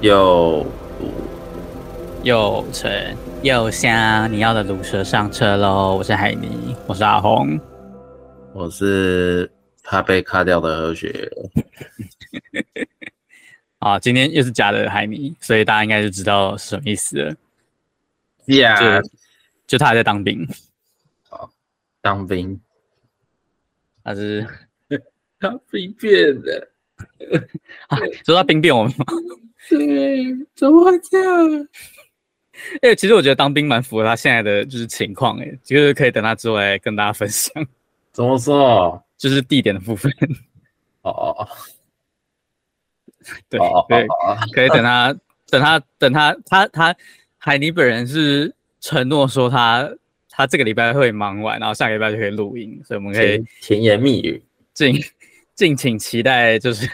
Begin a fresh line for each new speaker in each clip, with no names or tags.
有
又沉又香，你要的卤蛇上车喽！我是海尼，我是阿红。
我是怕被卡掉的何雪，
啊，今天又是假的海尼，所以大家应该就知道是什么意思了。
呀，
就就他还在当兵，
当兵，
他是
当兵变的，
啊，说到兵变我们，
对，怎么会这样？
哎、其实我觉得当兵蛮符合他现在的就是情况，哎，就是可以等他之后来跟大家分享，
怎么说？
就是地点的部分，
哦哦
对
哦哦
对，
哦，
可以等他，等他，等他，他他海尼本人是承诺说他他这个礼拜会忙完，然后下个礼拜就可以录音，所以我们可以
甜甜言蜜语，
敬敬请期待，就是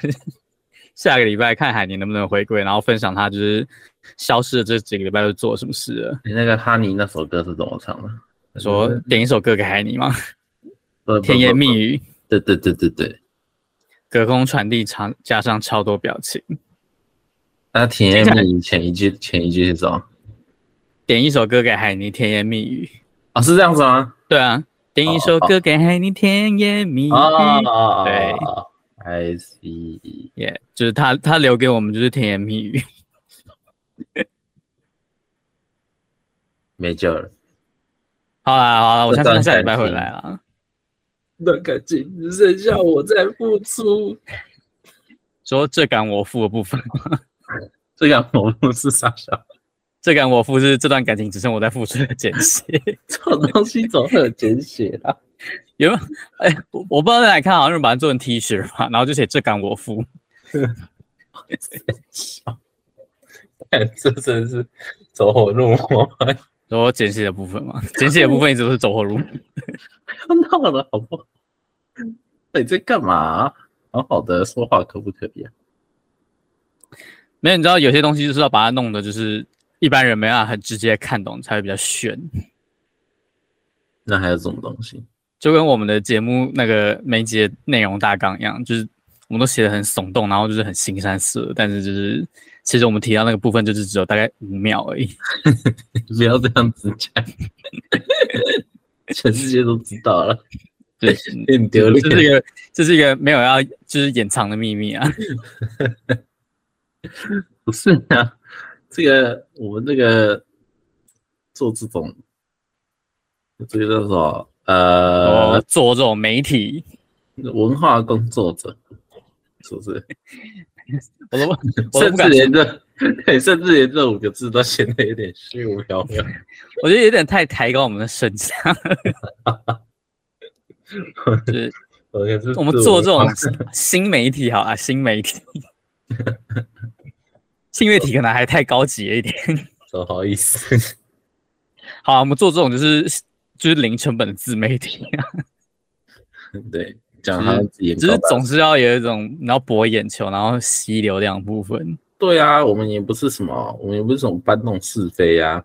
下个礼拜看海尼能不能回归，然后分享他就是消失的这几个礼拜都做了什么事了。
你那个哈尼那首歌是怎么唱的？
说
嗯
点一首歌给海尼吗？
呃
甜言蜜
语，
语，
对对对对对，
隔空传递长，加上超多表情。
那甜言蜜语前一句前一句是什么？
点一首歌给海尼，甜言蜜语。
啊，是这样子吗？
对啊，点一首歌给海尼，甜言蜜语。
哦啊啊，
对
，I see，
耶就是他他留给我们就是甜言蜜语。
没救了。
好啦好啦，我
这
相
段
信他下礼
感
拜会
情
来啦。
那感情只剩下我在付出。
说这感我负的部分，
这个我不是傻笑，
这感我负是这段感情只剩我在付出的简写。
这种东西总会有简写啦。
有没有？哎、我我不知道在哪里看，好像有人把它做成 T 恤吧，然后就写这感我负。
看， 这真是走火入魔，
说简写的部分嘛，简写的部分一直都是走火入魔。
不要闹了好不好？你在干嘛？好好的说话可不可以啊？
没有，你知道有些东西就是要把它弄的，就是一般人没办法很直接看懂，才会比较炫。
那还有什么东西？
就跟我们的节目那个每一节内容大纲一样，就是我们都写的很耸动，然后就是很新三色，但是就是其实我们提到那个部分就是只有大概五秒而已。
不要这样子 讲，全世界都知道了，
对，
有点丢
这是一
脸。
个这是一个没有要就是掩藏的秘密啊。
不是啊，这个我们这个做这种，这个叫什么？呃
哦，，做这种媒体，
文化工作者，是不是？
我都不我都
甚至
不敢说，
连这， 对，甚至连这五个字都显得有点虚无缥 缈。
我觉得有点太抬高我们的身价。就是
我们
我们做这种
种
新媒体，好啊，新媒 体，新媒体可能还太高级了一点。
不好意思，
好啊、我们做这种就是就是零成本的自媒体啊，
对，讲他自己
就是总是要有一种你要博眼球，然后吸流量的部分。
对啊，我们也不是什么，我们也不是什么搬弄是非啊，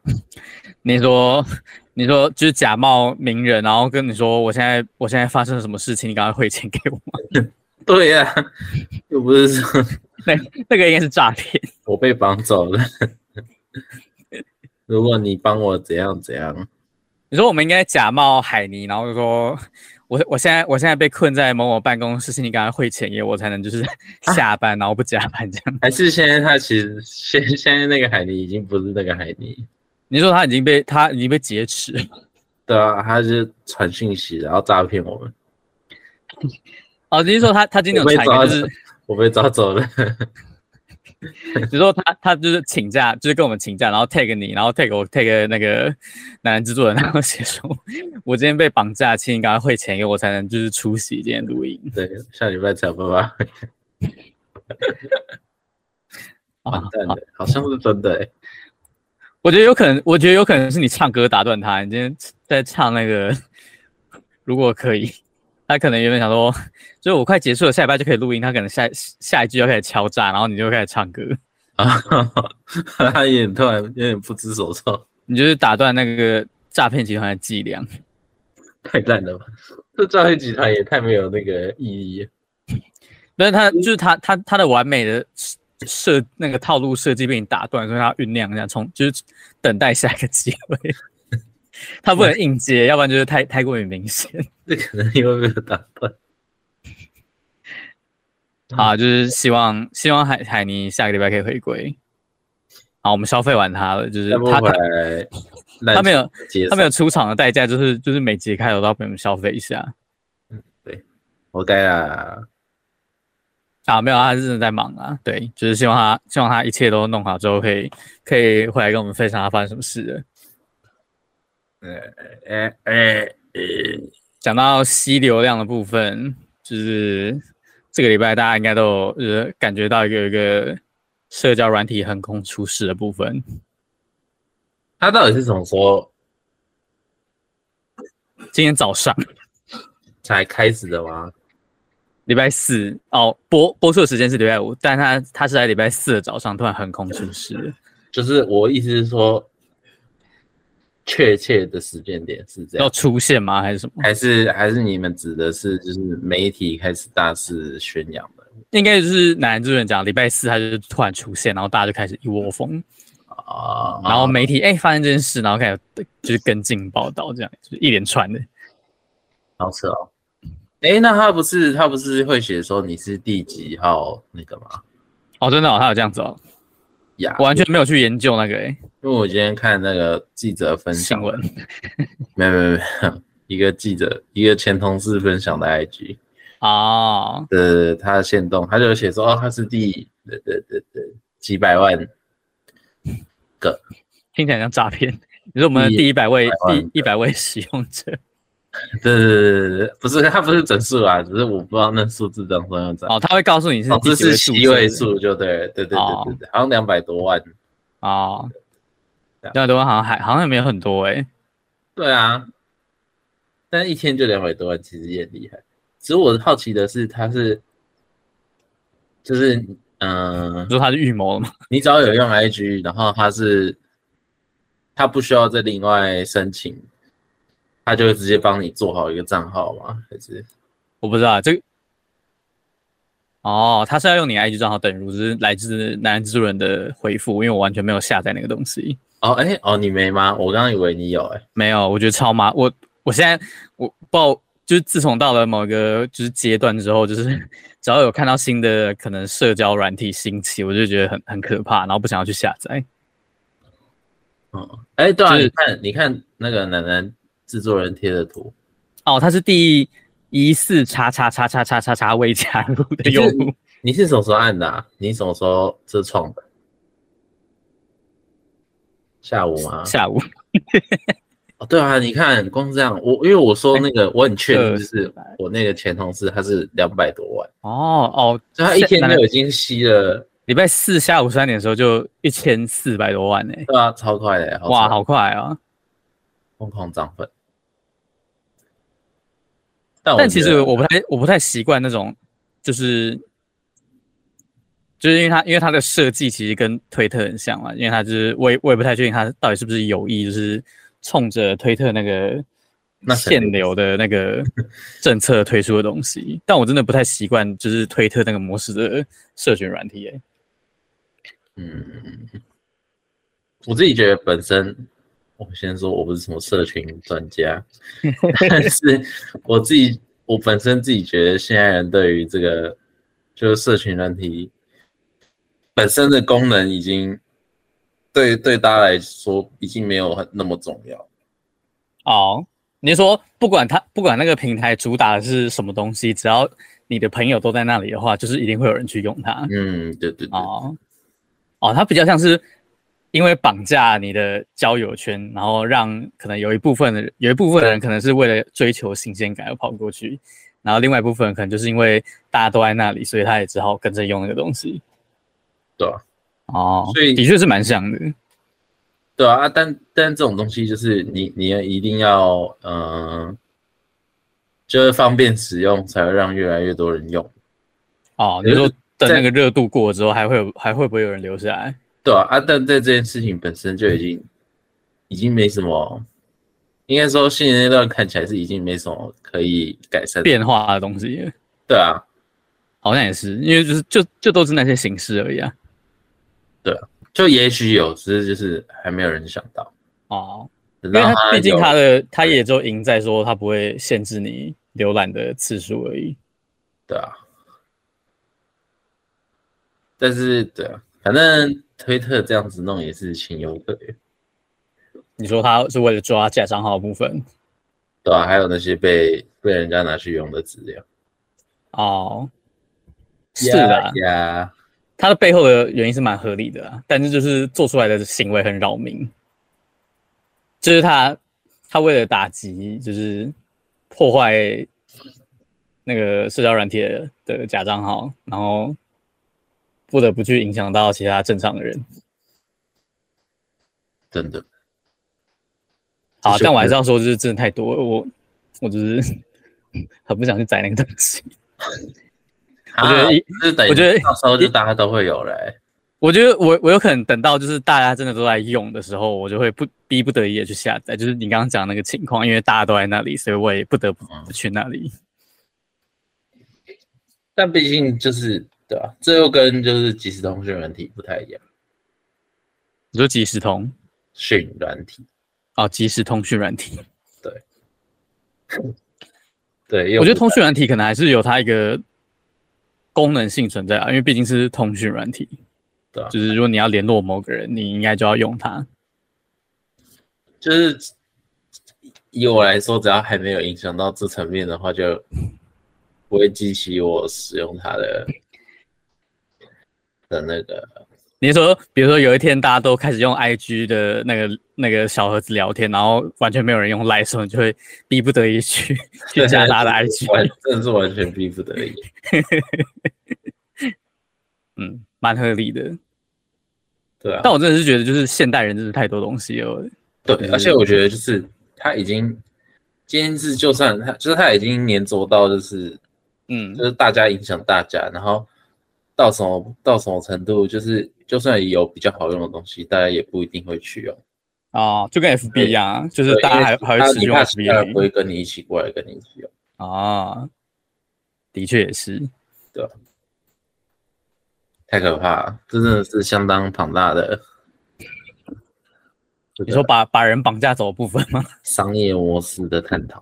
你说，你说就是假冒名人，然后跟你说我现在我现在发生了什么事情，你赶快汇钱给我吗？
对呀、啊，又不是说
那那个应该是诈骗。
我被绑走了。 如果你帮我怎样怎样，
你说我们应该假冒海尼，然后就说我我现在我现在被困在某某办公室，请你赶快汇钱给我，才能就是
啊
下班、然后不加班这样。
还是现在他其实现现在那个海尼已经不是那个海尼，
你说他已经被他已经被劫持，
对啊，他是传讯息然后诈骗我们，
哦，你是说他他今天
我被
有传一
抓
个就是
了我被抓走了。
比如说他他就是请假，就是跟我们请假，然后 tag 你，然后 tag 我 tag 那个男人制作人，然后写说， 我今天被绑架，请你赶快汇钱给我，才能就是出席今天录音
对，下礼拜才有办 法。完
啊。
蛋了，好像是真的、欸。
我觉得有可能，我觉得有可能是你唱歌打断他，你今天在唱那个， 如果可以，他可能原本想说，就是我快结束了，下礼拜就可以录音，他可能下下一句要开始敲诈，然后你就开始唱歌，
啊，他有点突然有点不知所措，
你就是打断那个诈骗集团的伎俩。
太烂了吧？这诈骗集团也太没有那个意义了。
但是他就是他他他的完美的设那个套路设计被你打断，所以他酝酿一下，从就是等待下一个机会。 他不能硬接，要不然就是太太过于明显。
这可能因为没有打断。
啊，就是希望希望海海尼下个礼拜可以回归。好，我们消费完他了，就是
要不
他
回
他
来，
他没有
接
他没有出场的代价，就是就是每集开头都要被我们消费一下
活该啦。
啊，没有，他是真的在忙啊。对，就是希望他希望他一切都弄好之后，可以可以回来跟我们分享他发生什么事了。
哎哎哎，
讲到吸流量的部分，就是这个礼拜大家应该都有就是感觉到一个有一个社交软体横空出世的部分。
他到底是什么时候
今天早上
才开始的吗？
礼拜四哦，播播出的时间是礼拜五，但他他是在礼拜四的早上突然横空出世的。
就是我意思是说，确切的时间点是这
要
样，
出现吗？还是什么？
还是还是你们指的是就是媒体开始大肆宣扬的？
应该就是男主人讲，礼拜四他就是突然出现，然后大家就开始一窝蜂，
啊，
然后媒体哎、发现这件事，然后开始就是跟进报道，这样就是一连串的。
好扯哦。哎，那他不是他不是会写说你是第几号那个吗？
哦，真的哦，他有这样子哦，
呀，
我完全没有去研究那个哎、
因为我今天看那个记者分
新
享，
闻。
没有没有没有，一个记者一个前同事分享的 IG
哦，
的他的线动，他就写说哦他是第对对对对呃几百万
听起来像诈骗。你说我们的
第
第一百位
百万
第一百位使用者
对对对对对，不是，它不是整数啊，只是我不知道那数字当中要怎样。
哦，他会告诉你是
总
第
之
几位
是
数
七位数就对了，对对对对对，好像两百多万。
哦
这样。
两百多万好像还好像也没有很多哎、
对啊，但一天就两百多万，其实也厉害。只是我好奇的是，它是就是嗯、呃
你说他是预谋了吗？
你只要有用 IG，然后它是它不需要再另外申请，它就会直接帮你做好一个账号吗？还是
我不知道这个。哦，他是要用你的 IG 账号登入，这是来自男制作人的回复，因为我完全没有下载那个东西。
哦哎、哦你没吗？我刚刚以为你有哎、
没有，我觉得超麻。我我现在我报就是自从到了某个就是阶段之后，就是 只要有看到新的可能社交软体兴起，我就觉得很很可怕，然后不想要去下载。
哦，哎，对啊，
就是
你看，你看那个楠楠制作人贴的图，
哦，他是第一四叉叉叉叉叉叉叉未加入的用户。
你是什么时候按的、啊？你什么时候自创的？下午吗？
下午
哦，对啊，你看，光是这样，我因为我
哎
说那个，我很确定，就是
200
我那个前同事他是两百多万，
哦哦，
所以他一天
是楠楠
就已经吸了，
礼拜四下午三点的时候就一千四百多万呢、
对啊，超快的，好
哇，
扯，
好快啊！
疯狂涨粉。但
但其
觉
实
得
我不太我不太习惯那种，就是就是因为它因为它的设计其实跟推特很像啊嘛，因为它就是我也我也不太确定它到底是不是有意就是冲着推特那个
那肯定
限流的那个政策推出的东西，但我真的不太习惯就是推特那个模式的社群软体、欸，
嗯，我自己觉得本身，我先说我不是什么社群专家，但是我自己我本身自己觉得现在人对于这个就是社群软体本身的功能已经对对大家来说已经没有很那么重要。
哦，你是说不管它不管那个平台主打的是什么东西，只要你的朋友都在那里的话，就是一定会有人去用它。
嗯，对对对，
哦，哦，它比较像是因为绑架你的交友圈，然后让可能有一部分的人，有一部分人可能是为了追求新鲜感而跑过去，然后另外一部分可能就是因为大家都在那里，所以他也只好跟着用那个东西。
对啊，
哦，
所以
的确是蛮像的。
对啊，啊但但这种东西就是你你要一定要嗯、呃就是方便使用，才会让越来越多人用。
哦，
可
你
是
说等
在
那个热度过之后，还会有还会不会有人留下来？
对啊，啊但在这件事情本身就已经已经没什么，应该说现阶段看起来是已经没什么可以改善的。
变化的东西，
对啊，
好像也是，因为就是就就都是那些形式而已啊。
就也许有，只是就是还没有人想到。
哦，
等
因为
到
它
他
毕竟
有
它的它也就赢在说它不会限制你浏览的次数而已。
对啊，但是对啊，反正推特这样子弄也是情有可原，
你说它是为了抓假账号的部分
对啊，还有那些被被人家拿去用的资料，
哦，是的，
呀，
它的背后的原因是蛮合理的啊，但是就是做出来的行为很扰民，就是他他为了打击就是破坏那个社交软体的的假账号，然后不得不去影响到其他正常的人。
真的，
好，啊
是
但我还是要说，就是真的太多了，我我就是 很不想去宰那个东西。我觉得
啊
一
就是等于
我觉得
到时候就大家都会有嘞、欸
我觉得我我有可能等到就是大家真的都在用的时候，我就会不逼不得已的去下载，就是你刚刚讲那个情况，因为大家都在那里，所以我也不得不
嗯
不去那里。
但毕竟就是对啊，这又跟就是即时通讯软体不太一样，
你说即时通
讯软体，
哦，即时通讯软体，
对，又
我觉得
不
哦通讯软体可能还是有它一个功能性存在啊，因为毕竟是通讯软体，
对啊
就是如果你要联络某个人，你应该就要用它。
就是以我来说，只要还没有影响到这层面的话，就不会激起我使用它的的那个。
你是说，比如说有一天大家都开始用 IG 的那个那个小盒子聊天，然后完全没有人用 Line 的时候，你就会逼不得已去去加大家的 IG。
完真的是完全逼不得已。
嗯，蛮合理的。
对啊
但，我真的是觉得，就是现代人真是太多东西了。
对，而且我觉得就是他已经今天是就算他就是他已经粘着到就是
嗯
就是大家影响大家，然后到什么到什么程度，就是就算有比较好用的东西，大家也不一定会去用。
哦，就跟 FB 一样啊，就是
对
大家
因
还
为
还
他
会使
你
用
怕其他
FB 而
人不
已
会跟你一起过来跟你一起用。
啊。的确也是，
太可怕了，这真的是相当庞大的。这
你
个
说把把人绑架走的部分吗？
商业模式的探讨，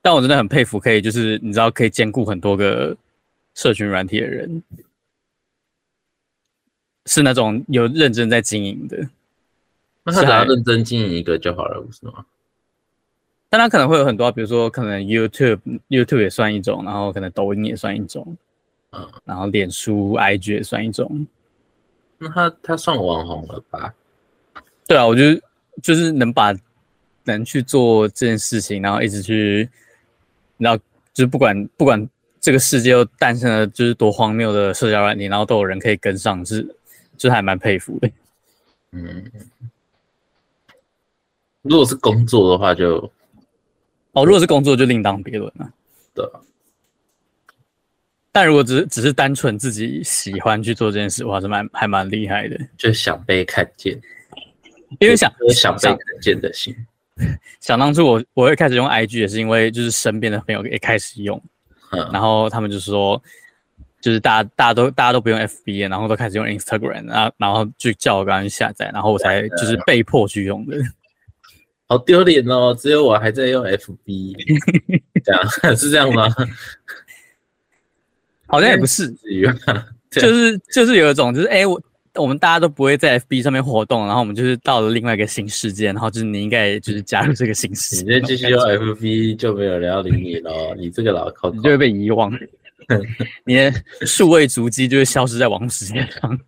但我真的很佩服，可以就是你知道可以兼顾很多个社群软体的人，是那种有认真在经营的，
那他只
是啊
要
还
认真经营一个就好了，不是吗？
但他可能会有很多，比如说可能 YouTube YouTube 也算一种，然后可能抖音也算一种
嗯，
然后脸书 IG 也算一种。
那他他算网红了吧？
对啊，我觉得就是能把能去做这件事情，然后一直去，然后就是不管不管这个世界又诞生了就是多荒谬的社交软体，然后都有人可以跟上，是就是还蛮佩服的。
嗯，如果是工作的话就，
哦，如果是工作就另当别论了、
对啊
但如果只是只是单纯自己喜欢去做这件事，我还是蛮还蛮厉害的，
就想被看见，
因为想
有想被
想
看见的心。
想当初我我会开始用 IG 也是因为就是身边的朋友也开始用，
嗯，
然后他们就说，就是大家大家都大家都不用 FB，了然后都开始用 Instagram，然后然后就叫我赶快去下载，然后我才就是被迫去用 的。
好丢脸哦！只有我还在用 FB，这样是这样吗？
好像也不是，
至于吗对
就是就是有一种就是哎、诶我我们大家都不会在 FB 上面活动，然后我们就是到了另外一个新世界，然后就是你应该就是加入这个新世
你
界，
再 继续用 FB 就没有人要理你喽，你这个老靠
你就会被遗忘，你的数位足迹就会消失在网络世界上。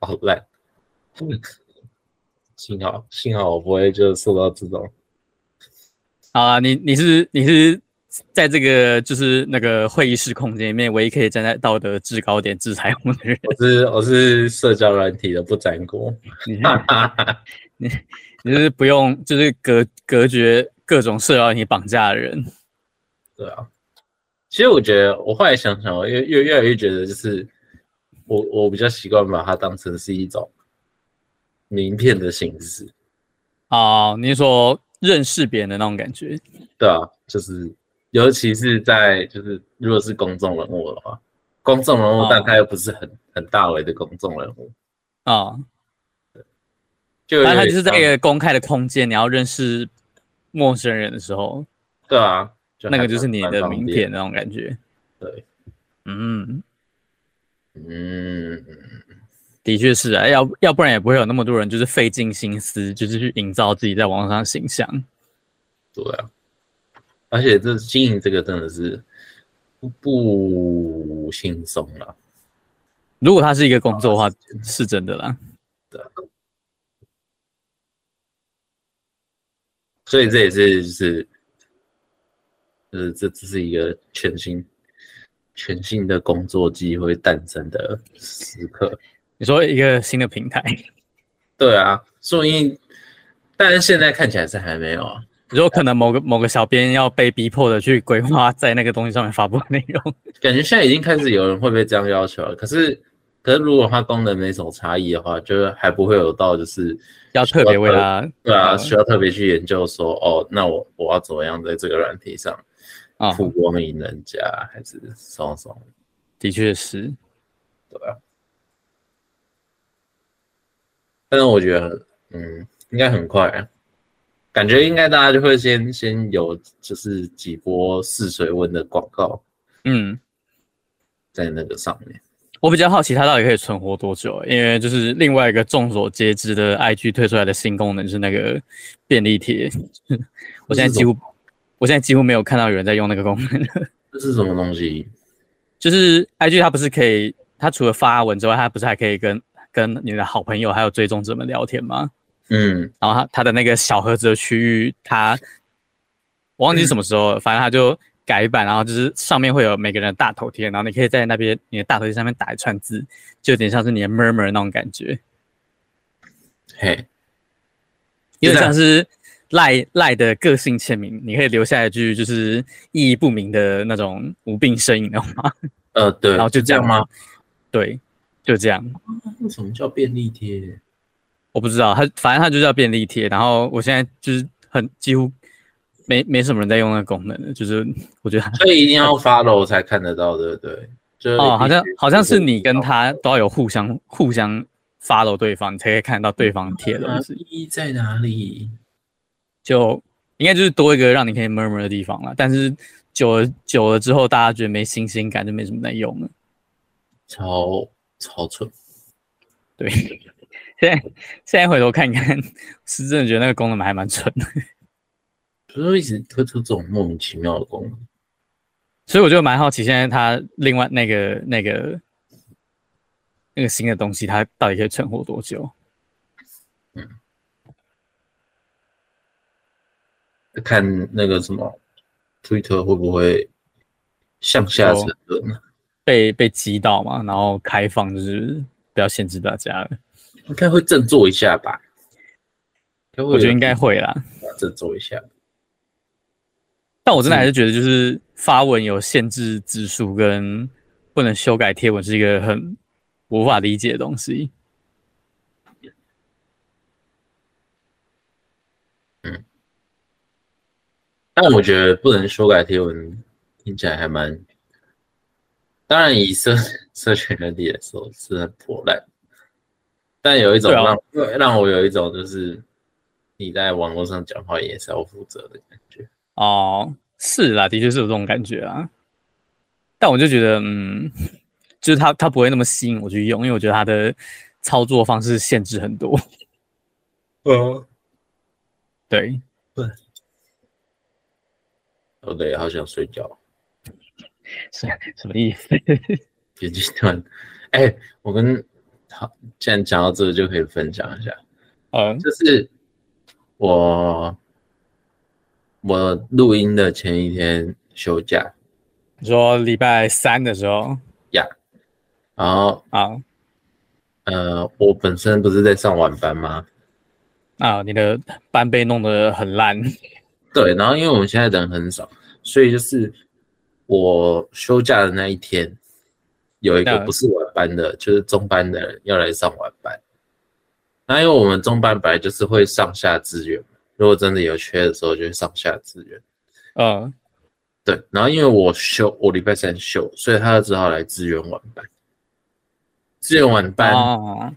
好烂。幸好幸好我不会就受到这种，
好啊，你你是你是在这个就是那个会议室空间里面，唯一可以站在道德制高点制裁我们的人。
我是我是社交软体的不粘锅，
你是你是不用就是隔隔绝各种社交你绑架的人。
对啊。其实我觉得我后来想想，我越越越来越觉得就是我我比较习惯把它当成是一种名片的形式，
哦，你是说认识别人的那种感觉？
对啊，就是尤其是在就是如果是公众人物的话，公众人物
哦，
但他又不是很很大为的公众人物，
啊，
就有
反正他
点
就是在
像
一个公开的空间，你要认识陌生人的时候，
对啊，
那
还
个就是
蛮
你
蛮
的
方
名
便
片那种感觉。
对，
嗯，
嗯，
的确是啊，要要不然也不会有那么多人就是费尽心思，就是去营造自己在网络上的形象。
对啊，而且这经营这个真的是不不轻松啊啦，
如果他是一个工作的话，是真的啦。
所以这也是就是，呃，这这是一个全新全新的工作机会诞生的时刻。
你说一个新的平台，
对啊，说不定，但是现在看起来是还没有啊。
你说可能某个某个小编要被逼迫的去规划在那个东西上面发布的内容，
感觉现在已经开始有人会被这样要求了。可是，可是如果它功能没什么差异的话，就是还不会有到就是
要特别为他
对啊，
嗯
需要特别去研究说，哦，那我我要怎么样在这个软体上
啊、
曝光赢人家，还是松松？啊
的确是，
但是我觉得，嗯，应该很快啊，感觉应该大家就会先先有就是几波试水温的广告
嗯。
在那个上面。
我比较好奇它到底可以存活多久，欸因为就是另外一个众所皆知的 IG 推出来的新功能是那个便利贴， 我现在几乎我现在几乎没有看到有人在用那个功能，
这是什么东西？
就是 IG 它不是可以，它除了发文之外，它不是还可以跟跟你的好朋友还有追踪者们聊天吗？
嗯，
然后它它的那个小盒子的区域，它我忘记是什么时候了，反正它就改版，然后就是上面会有每个人的大头贴，然后你可以在那边你的大头贴上面打一串字，就有点像是你的 murmur 那种感觉，
嘿，
有点像
是
是赖赖的个性签名，你可以留下一句就是意义不明的那种无病呻吟的话，
呃，对，
然后就
这样吗？？
对，就这样。
为什么叫便利贴？
我不知道，它反正它就叫便利贴。然后我现在就是很几乎没没什么人在用那个功能了，就是我觉 得它
所以一定要 follow 才看得到，对不对？就
哦，好像好像是你跟他都要有互相互相 follow 对方，你才可以看到对方贴的东西，
一在哪里？
就应该就是多一个让你可以 murmur 的地方了。但是久了久了之后，大家觉得没新鲜感，就没什么在用了。
超超蠢，
对， 现在现在回头看看，是真的觉得那个功能还蛮蠢的，
不是一直推出这种莫名其妙的功能。
所以我就蛮好奇，现在它另外那个那个那个新的东西，它到底可以存活多久？
看那个什么，Twitter 会不会向下沉沦啊呢？
被被击到嘛，然后开放就是不要限制大家了，
应该会振作一下吧？应该会
我觉得应该会啦。
振作一下。
但我真的还是觉得，就是发文有限制字数跟不能修改贴文是一个很无法理解的东西。
但我觉得不能修改贴文，听起来还蛮……当然，以社 社群人体来说是很破烂，但有一种
对啊
让、让我有一种就是你在网络上讲话也是要负责的感觉。
哦，是啦，的确是有这种感觉啊。但我就觉得，嗯，就是它它不会那么吸引我去用，因为我觉得它的操作方式限制很多。啊
哦，
对，
哦对，好想睡觉。
什什么意思？
编辑团， 哎、我跟好，既然讲到这个，就可以分享一下，
嗯
就是我我录音的前一天休假，
你说礼拜三的时候
然后
啊
呃，我本身不是在上晚班吗？
啊，你的班被弄得很烂。
对，然后因为我们现在人很少，所以就是我休假的那一天，有一个
嗯
不是晚班的，就是中班的人要来上晚班。那因为我们中班本来就是会上下资源，如果真的有缺的时候就会上下资源。
嗯，
对，然后因为我休，我礼拜三休，所以他就只好来支援晚班。支援晚班，
哦，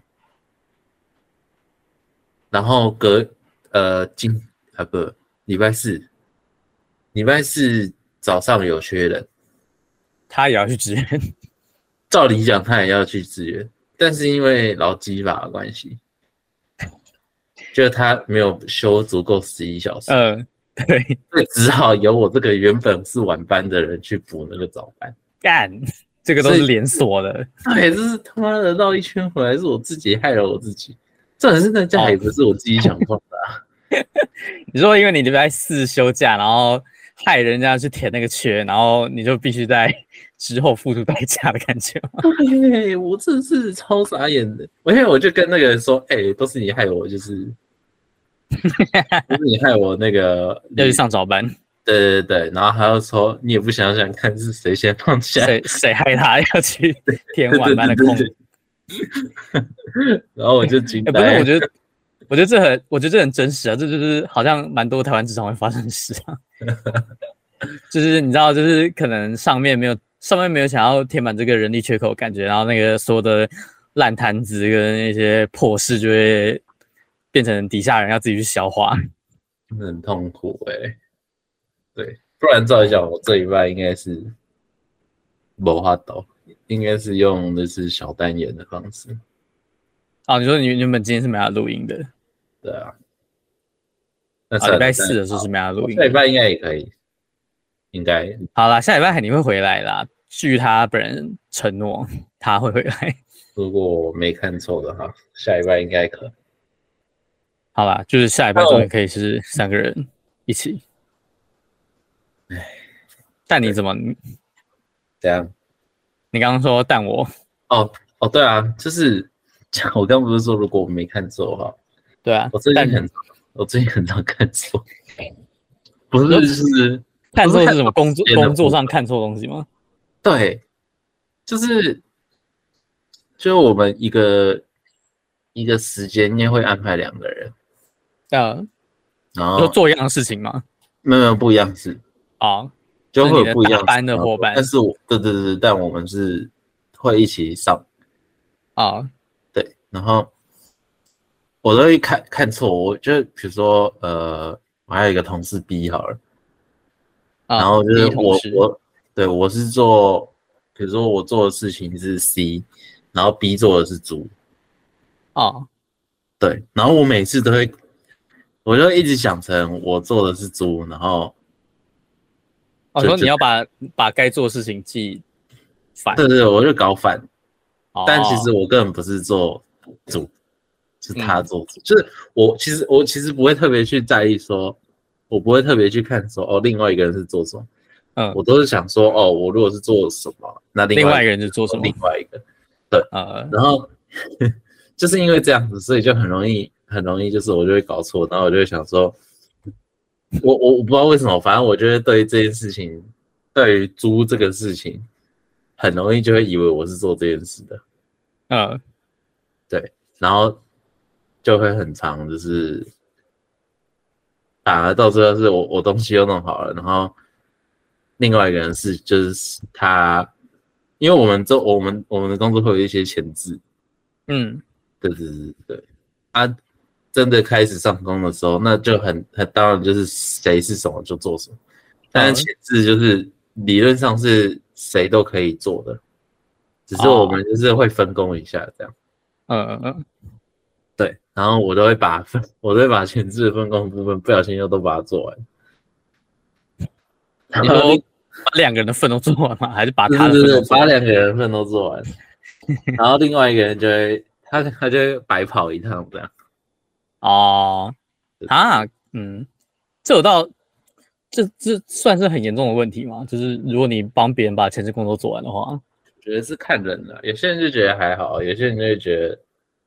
然后隔呃今啊不礼拜四，礼拜四早上有缺人，
他也要去支援。
照理讲他也要去支援，但是因为劳基法的关系，就他没有休足够十一小时，
嗯，对，
所以只好由我这个原本是晚班的人去补那个早班。
干，这个都是
所以
连锁的。
哎，这是他妈的绕一圈回来，是我自己害了我自己。这人是那假也不是我自己想放的啊、
你说因为你礼拜四休假，然后害人家去填那个缺，然后你就必须在 之后付出代价的感觉吗。
对，哎我真是超傻眼的。我因为我就跟那个人说，哎、都是你害我，就是都是你害我那个
要去上早班，
对对对，然后他又说你也不想想看是谁先放下，
谁谁害他要去 填
对
晚班的空？
对对对然后我就惊
哎、
呆
不是，我觉得，我觉得这很，我觉得这很真实啊，这就是好像蛮多台湾职场会发生的事啊， 就是你知道，就是可能上面没有上面没有想要填满这个人力缺口的感觉，然后那个所有的烂摊子跟一些破事就会变成底下人要自己去 消化。
真的很痛苦哎、对，不然照理讲，我这一半应该是没法抖，应该是用的是小单眼的方式。
哦，你说你原本今天是没有 录音的，
对啊，那
啊，
下
礼拜四的时候
好
是没有录音
下礼
的。
拜应该也可以，应该
好啦，下礼拜肯定会回来啦，据他本人承诺，他会回来。
如果我没看错的话，下礼拜应该可以。
好啦，就是下一拜
那我
终于可以是三个人一起。但你怎么？你
这样
你刚刚说但我
哦哦，对啊，就是像我刚不是说，如果我没看错的话，
对啊
我，最
但
近很我最近很常看错，不是就是
看
不
错是
是
什么工作
看错别的
工作上看错东西吗？
对，就是就我们一个一个时间内会安排两个人，
呃，
然
就
后
做一样的事情吗？
没有没有不一样是
啊，
就会
是你的
有不一样
大班的
程度
伙伴
啊但是我对对对，对但我们是会一起上，
啊，
对，然后我都会看看错，我就比如说呃，我还有一个同事 B 好了，
啊
然后就
你
是
同
我
事
我对我是做，比如说我做的事情是 C，然后 B 做的是猪，
啊，
对，然后我每次都会，我就一直想成我做的是猪，然后
我
就
说
就
你要把把该做的事情记反，
对对，我就搞反，
哦嗯
但其实我根本不是做主，是他做主。就是我其实我其实不会特别去在意说，我不会特别去看说哦，另外一个人是做什么，
嗯
我，都是想说哦，我如果是做什么，那另
另外
外
一
一个
个人是做什么
另？外一个，
呃，
然后 就是因为这样子，所以就很容易很容易就是我就会搞错，然后我就会想说，我我我不知道为什么，反正我就会对于这件事情，对于租这个事情，很容易就会以为我是做这件事的。
呃，
然后就会很长，就是反而到最后是我我东西又弄好了，然后另外一个人是就是他，因为我们做我们我们的工作会有一些前置，
嗯，
对对对对，啊，真的开始上工的时候，那就很很当然就是谁是什么就做什么，但是前置就是理论上是谁都可以做的，只是我们就是会分工一下这样。
呃，呃
对，然后我都会把 分，我都会把前置的分工部分不小心又都把它做完。
你
然后
说把两个人的份都做完吗？还是把
对
他的
对
份
对
都
对，
做
把
完？
两个人份都做完， 然后另外一个人就会他他就会白跑一趟这样。
哦，
对
啊，嗯，这有到这这算是很严重的问题吗？就是如果你帮别人把前置工作做完的话，
我觉得是看人的，有些人就觉得还好，有些人就会觉得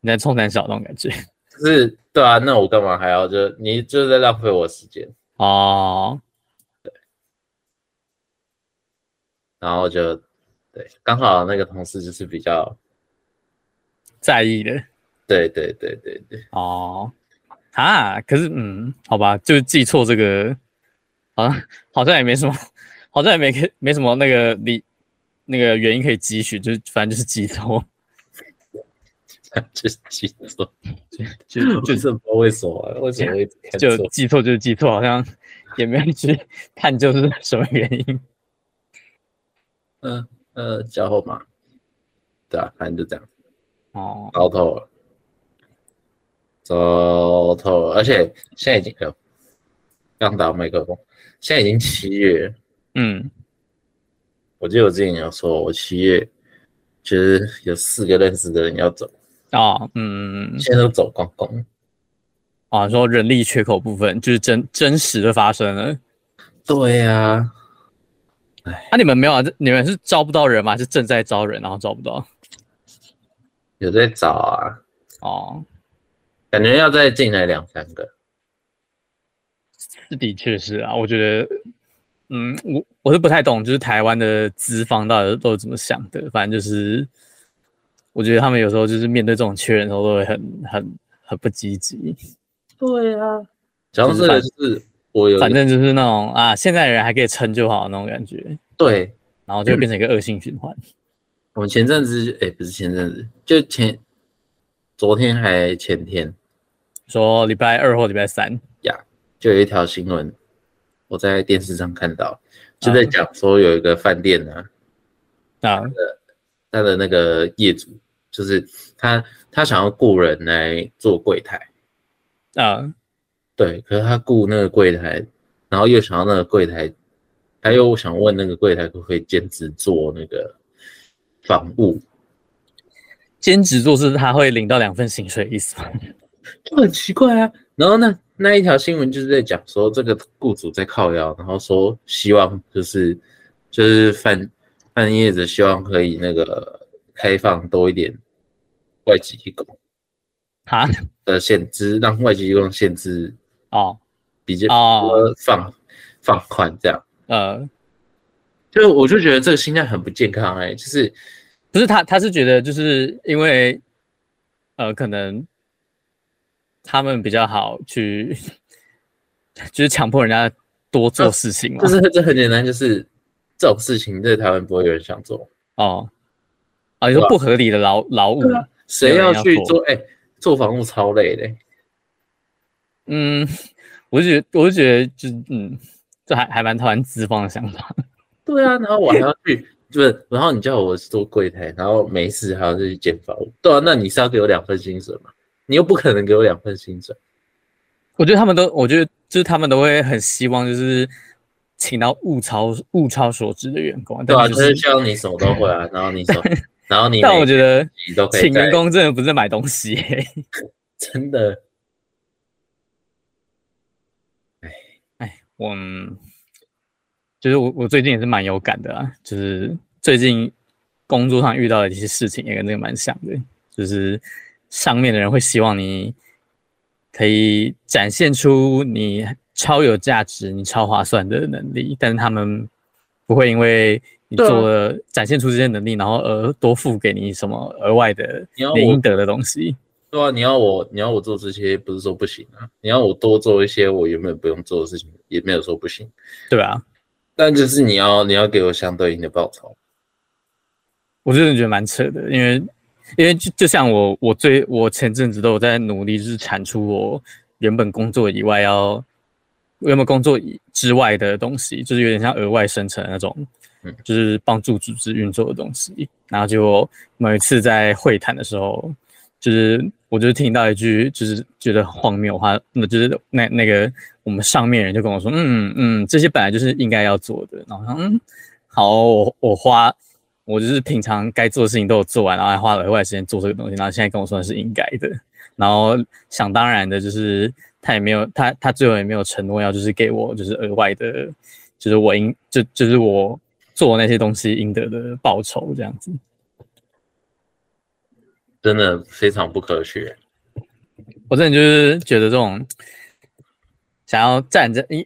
你在冲胆小那种感觉。
就是对啊，那我干嘛还要就你就是在浪费我时间，
哦，
然后就对，刚好那个同事就是比较
在意的
对对对对对，
哦，啊，可是嗯，好吧，就是记错这个，好像好像也没什么，好像也没可没什么那个理那个原因可以汲取，就是反正就是激动，
就是记错，
就
就
就是
不知道为什么，为什么会看
就
错？
记错就是记错，好像也没有去 探究是什么原因。
嗯呃，交后嘛，对啊，反正就这样，
哦，
糟透了，糟透了，而且现在已经呃刚打麦克风，现在已经七月了，
嗯，
我记得我之前有说，我七月就是有四个认识的人要走，
哦，嗯，
现在都走光光了。
啊，说人力缺口部分就是真真实的发生了。
对呀、
啊，你们没有啊？你们是招不到人吗？还是正在招人，然后招不到？
有在找啊，
哦，
感觉要再进来两三个。
是的确是啊，我觉得，嗯，我我是不太懂，就是台湾的资方到底都是怎么想的。反正就是，我觉得他们有时候就是面对这种缺人的时候，都会很很很不积极。
对呀、啊，讲到这个就是我有一个
反正就是那种啊，现在人还可以撑就好那种感觉，
对
然后就变成一个恶性循环。
我们前阵子哎、不是前阵子，就前昨天还前天
说礼拜二或礼拜三，
就有一条新闻，我在电视上看到，就在讲说有一个饭店呢、
啊，
他的那个业主就是他他想要雇人来做柜台。
啊，
对，可是他雇那个柜台，然后又想要那个柜台，他又想问那个柜台可不可以兼职做那个房务，
兼职做事他会领到两份薪水，意 思吗？
就很奇怪啊。然后呢，那一条新闻就是在讲说这个雇主在靠腰，然后说希望就是就是饭饭业者希望可以那个开放多一点外籍义工
哈，
的限制，让外籍义工限制
哦，
比较
哦
放放宽这样。
呃，
就是我就觉得这个心态很不健康哎、就是
不是他，他是觉得就是因为，呃，可能他们比较好去， 就是强迫人家多做事情嘛。
啊就是这很简单，就是这种事情在台湾不会有人想做，
哦，啊，你说
对吧啊
不合理的劳劳务，
谁要去
没有人要
做
做？
哎、做房屋超累的、欸
嗯，我就觉得，我就觉得就，嗯，这还还蛮讨厌资方的想法。
对啊，然后我还 要去，就是然后你叫我做柜台，然后没事还要再去建房屋，对啊，那你是要给我两份薪水嘛？你又不可能给我两份薪水，
我觉得他们都，我觉得就是他们都会很希望就是请到物超物超所值的员工，
对啊，
但
就是是希望你什么都会啊，然后你什 么，然后你
但我
每
觉得
集都可以
请员
在
工真的不是买东西、
真的
哎，我嗯就是我，我最近也是蛮有感的啊，就是最近工作上遇到的一些事情也跟这个蛮像的，就是上面的人会希望你可以展现出你超有价值、你超划算的能力，但是他们不会因为你
对啊
做了展现出这些能力，然后而多付给你什么额外的
你要
你
我
应得的东西。
对啊，你要我你要我做这些，不是说不行啊，你要我多做一些我原本不用做的事情，也没有说不行，
对啊，
但就是你要你要给我相对应的报酬。
我真的觉得蛮扯的，因为因为就就像我我最我前阵子都有在努力，就是产出我原本工作以外要原本工作以之外的东西，就是有点像额外生成的那种
嗯，
就是帮助组织运作的东西。然后就某一次在会谈的时候，就是我就听到一句，就是觉得很荒谬的话，那就是那那个我们上面人就跟我说，嗯嗯，这些本来就是应该要做的。然后我想嗯，好，我我花我就是平常该做的事情都有做完，然后还花了额外的时间做这个东西，然后现在跟我说的是应该的，然后想当然的就是他也没有他他最后也没有承诺要就是给我就是额外的，就是我应就就是我做那些东西应得的报酬这样子。
真的非常不啊科学。
我真的就是觉得这种想要占人家，一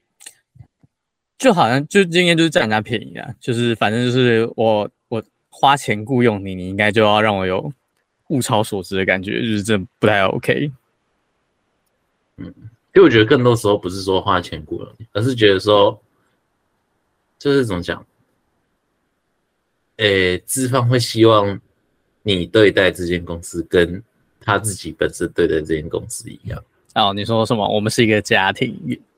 就好像就今天就是占人家便宜啊，就是反正就是我我花钱雇佣你，你应该就要让我有物超所值的感觉，就是真的不太 OK。
因为我觉得更多时候不是说花钱雇佣你，而是觉得说就是怎么讲，诶、资方会希望你对待这间公司跟他自己本身对待这间公司一样。
哦，你说什么？我们是一个家庭，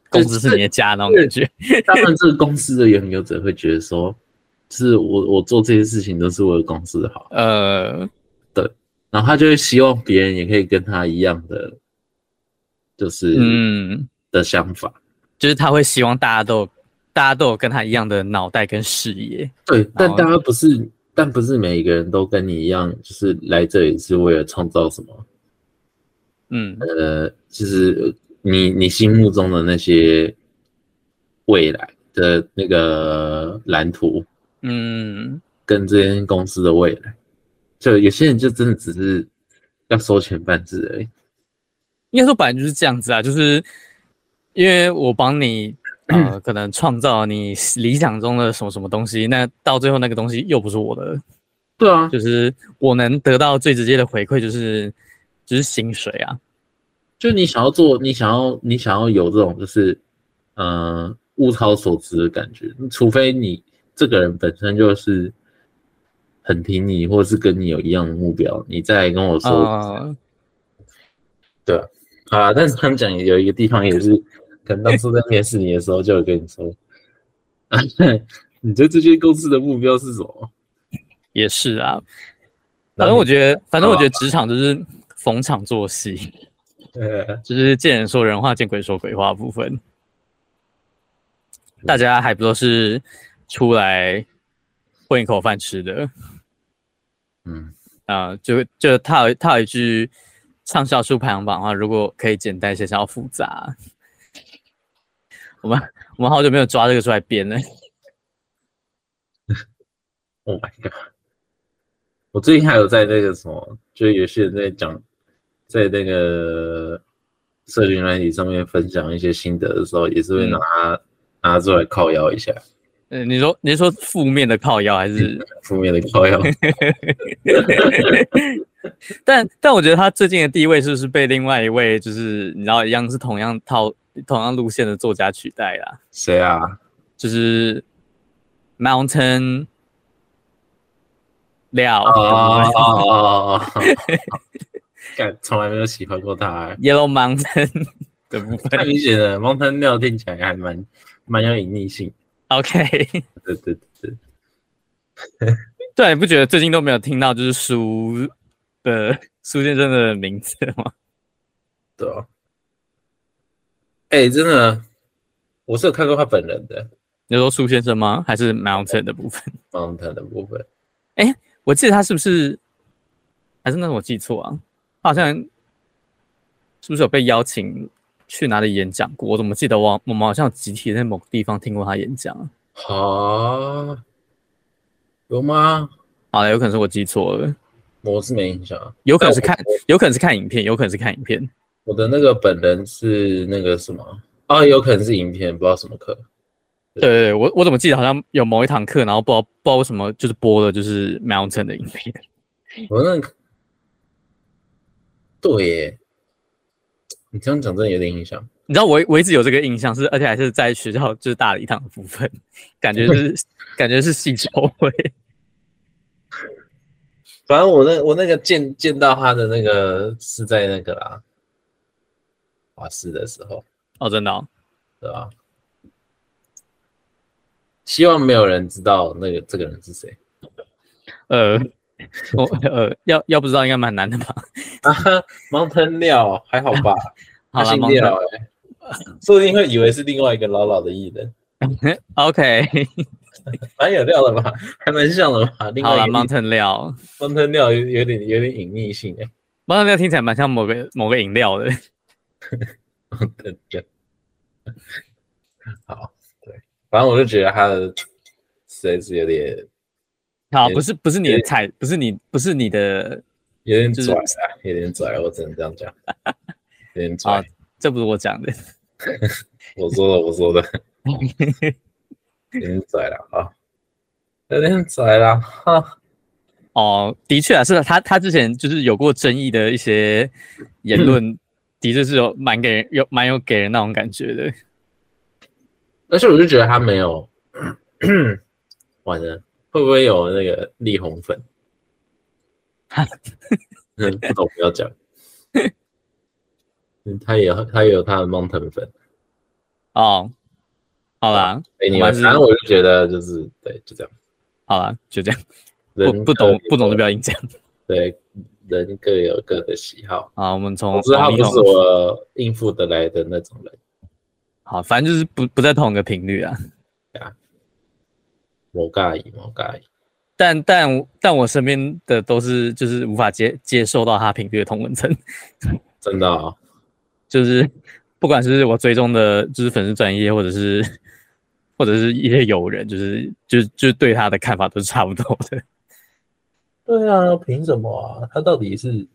公司是你的家那种感觉。
当然，这个公司的拥有者会觉得说，就是我我做这些事情都是为了公司好，
呃，
然后他就会希望别人也可以跟他一样的，就是、
嗯，
的想法。
就是他会希望大家都大家都有跟他一样的脑袋跟视野。
对，但
后
大家不是，但不是每一个人都跟你一样，就是来这里是为了创造什么。
嗯，
呃，就是你你心目中的那些未来的那个蓝图，
嗯，
跟这间公司的未来，就有些人就真的只是要收钱办事而已。
应该说本来就是这样子啊，就是因为我帮你
嗯
呃，可能创造你理想中的什么什么东西，那到最后那个东西又不是我的，
对啊，
就是我能得到最直接的回馈就是就是薪水啊。
就你想要做，你想要你想要有这种就是，呃，物超所值的感觉，除非你这个人本身就是很挺你，或者是跟你有一样的目标，你再跟我说。
呃，
啊，但是他们讲有一个地方也是，可能当初在面试你的时候就有跟你说， 啊，你对这间公司的目标是什么？
也是啊，
然
反正
后
我觉得，反正我
好啊
觉得职场就是逢场作戏，
呃，
就是见人说人话，见鬼说鬼话的部分。大家还不都是出来混一口饭吃的
嗯，
啊、就就套套一句畅销书排行榜的话，如果可以简单一些，想要复杂。我们我们好久没有抓这个出来编了。
Oh my god！我最近还有在那个什么，就是有些人在讲，在那个社群软体上面分享一些心得的时候，也是会
嗯
拿、拿出来靠腰一下，
呃，你说你是说负面的靠腰还是？
负面的靠腰。
但但我觉得他最近的地位是不是被另外一位就是你知道一样是同样套同样路线的作家取代啦？
谁啊？
就是 Mountain 料、
哦哦哦哦哦！干，从来没有喜欢过他、欸。
Yellow Mountain 的部
太
分。
明显了，蒙腾料听起来还蛮蛮有隐匿性。
OK，
对对对，
对，你不觉得最近都没有听到就是苏的苏先生的名字吗？
对哦。哎、真的，我是有看过他本人的
你说苏先生吗？还是 Mountain 的部分？
蒙腾的部分。
我记得他是不是？还是那是我记错啊？他好像是不是有被邀请去哪里演讲过？我怎么记得我我们好像集体在某个地方听过他演讲啊？
好，有吗？
好了，有可能是我记错了，
我是没印象，啊
有可能是看
但我
有可能是看影片，有可能是看影片。
我的那个本人是那个什么啊，有可能是影片，不知道什么课。
对对对，我我怎么记得好像有某一堂课，然后不知道不知道为什么就是播了就是 Mountain 的影片。
我那个对耶，你这样讲真的有点印象。
你知道我我一直有这个印象是，而且还是在学校就是大礼堂的部分， 感觉 是感觉是系筹会。
反正我那我那个见见到他的那个是在那个啦，华师的时候，
哦，真的、哦，
对吧？希望没有人知道那个这个人是谁
呃， 我呃要要不知道应该蛮难的 吧？
啊哈！Mountain 料还好吧？ 他
好了
姓廖哎、说不定会以为是另外一个老老的艺人，
，OK，
蛮有料的吧？还蛮像的吧？另
好
外
了
一个
，Mountain 料
Mountain 料有有点有点隐匿性哎、
，Mountain 料听起来蛮像某个某个饮料的。
对对，好，对，反正我就觉得他的实在是有点
好，
对
不是不是你的菜，不是你不是你的，
有点
就是
拽啊，有点拽，我只能这样讲，有点
啊
拽，
这不是我讲的。
我说的，我说 的，有点拽了啊，有点拽了哈，
哦，的确啊，是他他之前就是有过争议的一些言
嗯
论，的确是有蛮给人有蛮有给人那种感觉的。
而且我就觉得他没有， 完了，会不会有那个力宏粉？嗯，不懂不要讲。嗯他也有他也有他的 Mountain 粉。
哦，好啦，
哎，你
我
们
还是
反正我就觉得就是对，就这样。
好啦，就这样，
人
不不懂
各有
不懂就不要硬讲。
对，人各有各的喜好。
好，我们从
总之，他
王力
不
宏
是我应付得来的那种人。
好，反正就是不不在同一个频率啊。
我尬意，我尬意。
但但我但我身边的都是就是无法接接受到他频率的同文层，
真的、哦，
就是不管是我追踪的，就是粉丝专业，或者是或者是一些友人，就是就就对他的看法都是差不多的。
对啊，凭什么啊？他到底是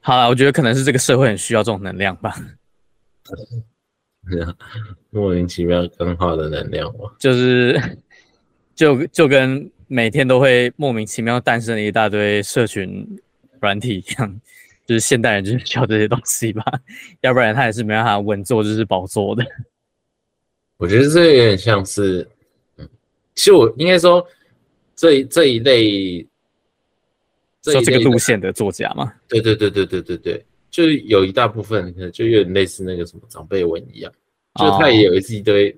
好了，我觉得可能是这个社会很需要这种能量吧，
莫名其妙更好的能量吗？
就是 就就跟每天都会莫名其妙诞生了一大堆社群软体一样，就是现代人就是需要这些东西吧，要不然他也是没办法稳坐就是宝座的。
我觉得这有点像是，嗯，其实我应该说这一这一类，
说
一
这个
类的
路线的作家嘛，
对对对对对对对，就是有一大部分可能就有点类似那个什么长辈文一样，就是他
哦
也有一一堆，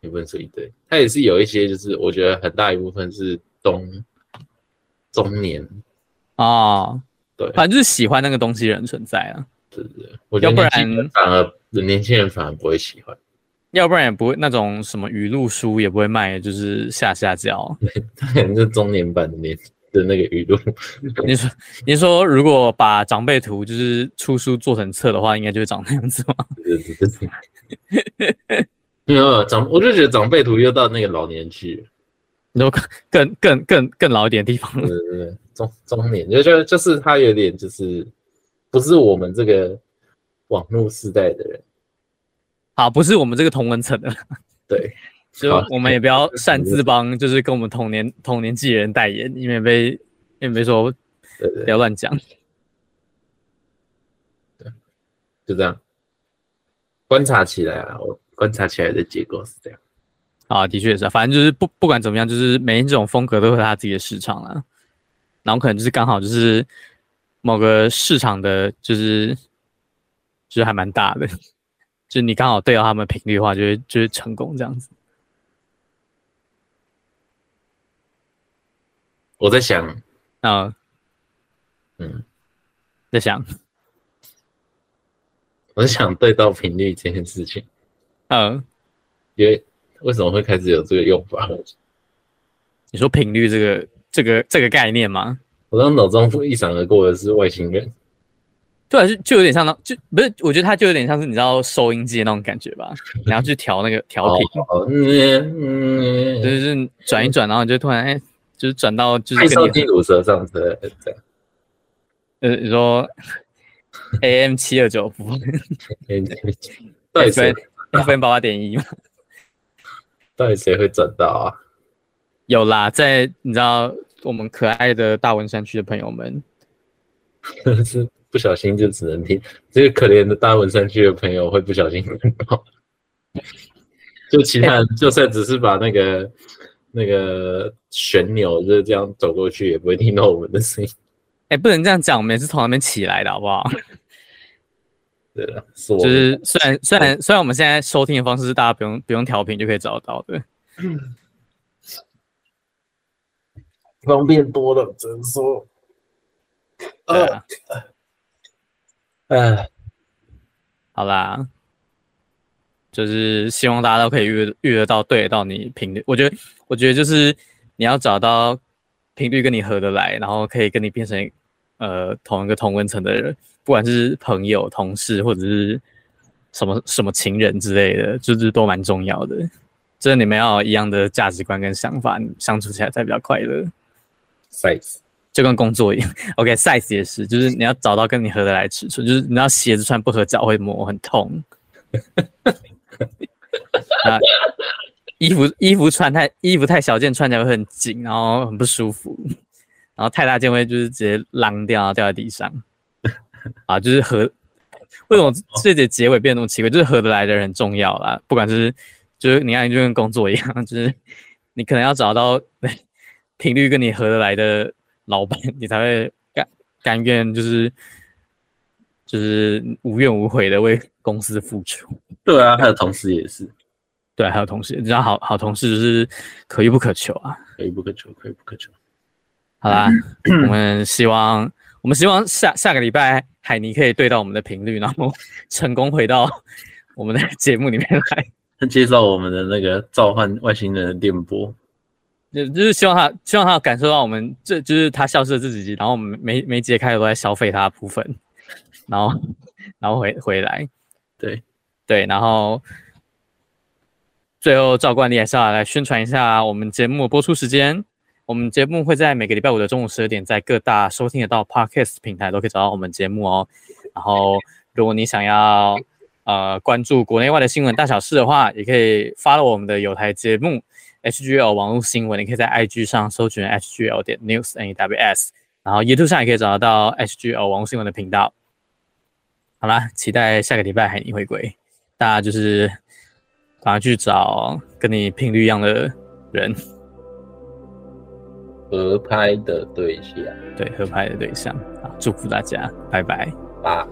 也不能说一堆，他也是有一些，就是我觉得很大一部分是中中年，
哦，
对
反正就是喜欢那个东西的人存在啊，
对对对，我觉得
要不然
年轻人反而年轻人反而不会喜欢，
要不然也不会那种什么语录书也不会卖，就是下下哦焦。
他可 能是中年版的年的那个语录，
你说你说如果把长辈图就是出书做成册的话，应该就会长那样子吗？
对对对对。没有长，我就觉得长辈图又到那个老年去了，
你说更更更更老一点的地方
对对对，中中年，就就就是他有点就是不是我们这个网络时代的人，
好，不是我们这个同文层的，
对，
就
好
我们也不要擅自帮，就是跟我们同年同年纪的人代言，因为被因为被说
对
不
对，
要乱讲。
就这样观察起来啊，我观察起来的结果是这样，
啊，的确也是啊，反正就是不不管怎么样，就是每一种风格都有它自己的市场啦。然后可能就是刚好就是某个市场的，就是就是还蛮大的，就是你刚好对到他们频率的话，就会就会成功这样子。
我在想，
那
嗯，
在想，
我在想对到频率这件事情，
嗯，
因为为什么会开始有这个用法？
你说频率这个这个这个概念吗？
我刚脑中一闪而过的是外星人，
对啊，就就有点像那，就不是，我觉得它就有点像是你知道收音机的那种感觉吧，你要去调那个调频，
哦，嗯，
就
嗯
是转一转，然后你就突然哎，就是转到就是
太
跟
上
你
地鲁蛇上车，这样，
呃，你说 AM 七二九不
嗯 到底谁
FM 八八点一吗？
到底谁会转到啊？
有啦，在你知道我们可爱的大文山区的朋友们，
真的是不小心就只能听。这个可怜的大文山区的朋友会不小心听到，就其他人就算只是把那个那个旋钮就是这样走过去，也不会听到我们的声音。
哎，不能这样讲，我们也是从那边起来的，好不好？
对了，是我
就
们
是虽然虽然虽然我们现在收听的方式是大家不用不用调频就可以找得到的，
方便多了，只能说，
对
呃，
啊，
哎，
好啦，就是希望大家都可以遇遇得到对得到你频率。我觉得，我觉得就是你要找到频率跟你合得来，然后可以跟你变成呃同一个同温层的人，不管是朋友、同事或者是什么什么情人之类的，就是都蛮重要的。就是你们要有一样的价值观跟想法，你相处起来才比较快乐。
size
就跟工作一样，OK，size、也是，就是你要找到跟你合得来的尺寸，就是你知道鞋子穿不合脚会磨，很痛。啊，衣服衣服穿太衣服太小件穿起来会很紧，然后很不舒服，然后太大件会就是直接浪掉，然后掉在地上。啊，就是合，为什么这节结尾变得那么奇怪？就是合得来的人很重要啦，不管是就是你看，就跟工作一样， 就是你可能要找到 频率跟你合得来的老板，你才会甘甘愿就是就是无怨无悔的为公司付出。
对啊，他的同事也是
对，还有同事，你知道好好同事就是可遇不可求啊。
可遇不可求，可遇不可求。
好啦，我们希望我们希望下下个礼拜海尼可以对到我们的频率，然后成功回到我们的节目里面来。
他介绍我们的那个召唤外星人的电波，
就就是希望他希望他感受到我们这就是他消失的自己，然后我们每每节开始都在消费他的部分，然后然后回回来，
对
对，然后最后照惯例还是要来宣传一下我们节目的播出时间。我们节目会在每个礼拜五的中午十二点，在各大收听得到 podcast 平台都可以找到我们节目哦。然后，如果你想要呃关注国内外的新闻大小事的话，也可以 follow 我们的有台节目 HGL 网络新闻，你可以在 IG 上搜寻 HGL 点 news news，然后 YouTube 上也可以找得到 HGL 网络新闻的频道。好啦，期待下个礼拜海尼回归，大家就是赶快去找跟你频率一样的人，
合拍的对象
对合拍的对象啊！好祝福大家，拜拜。
啊。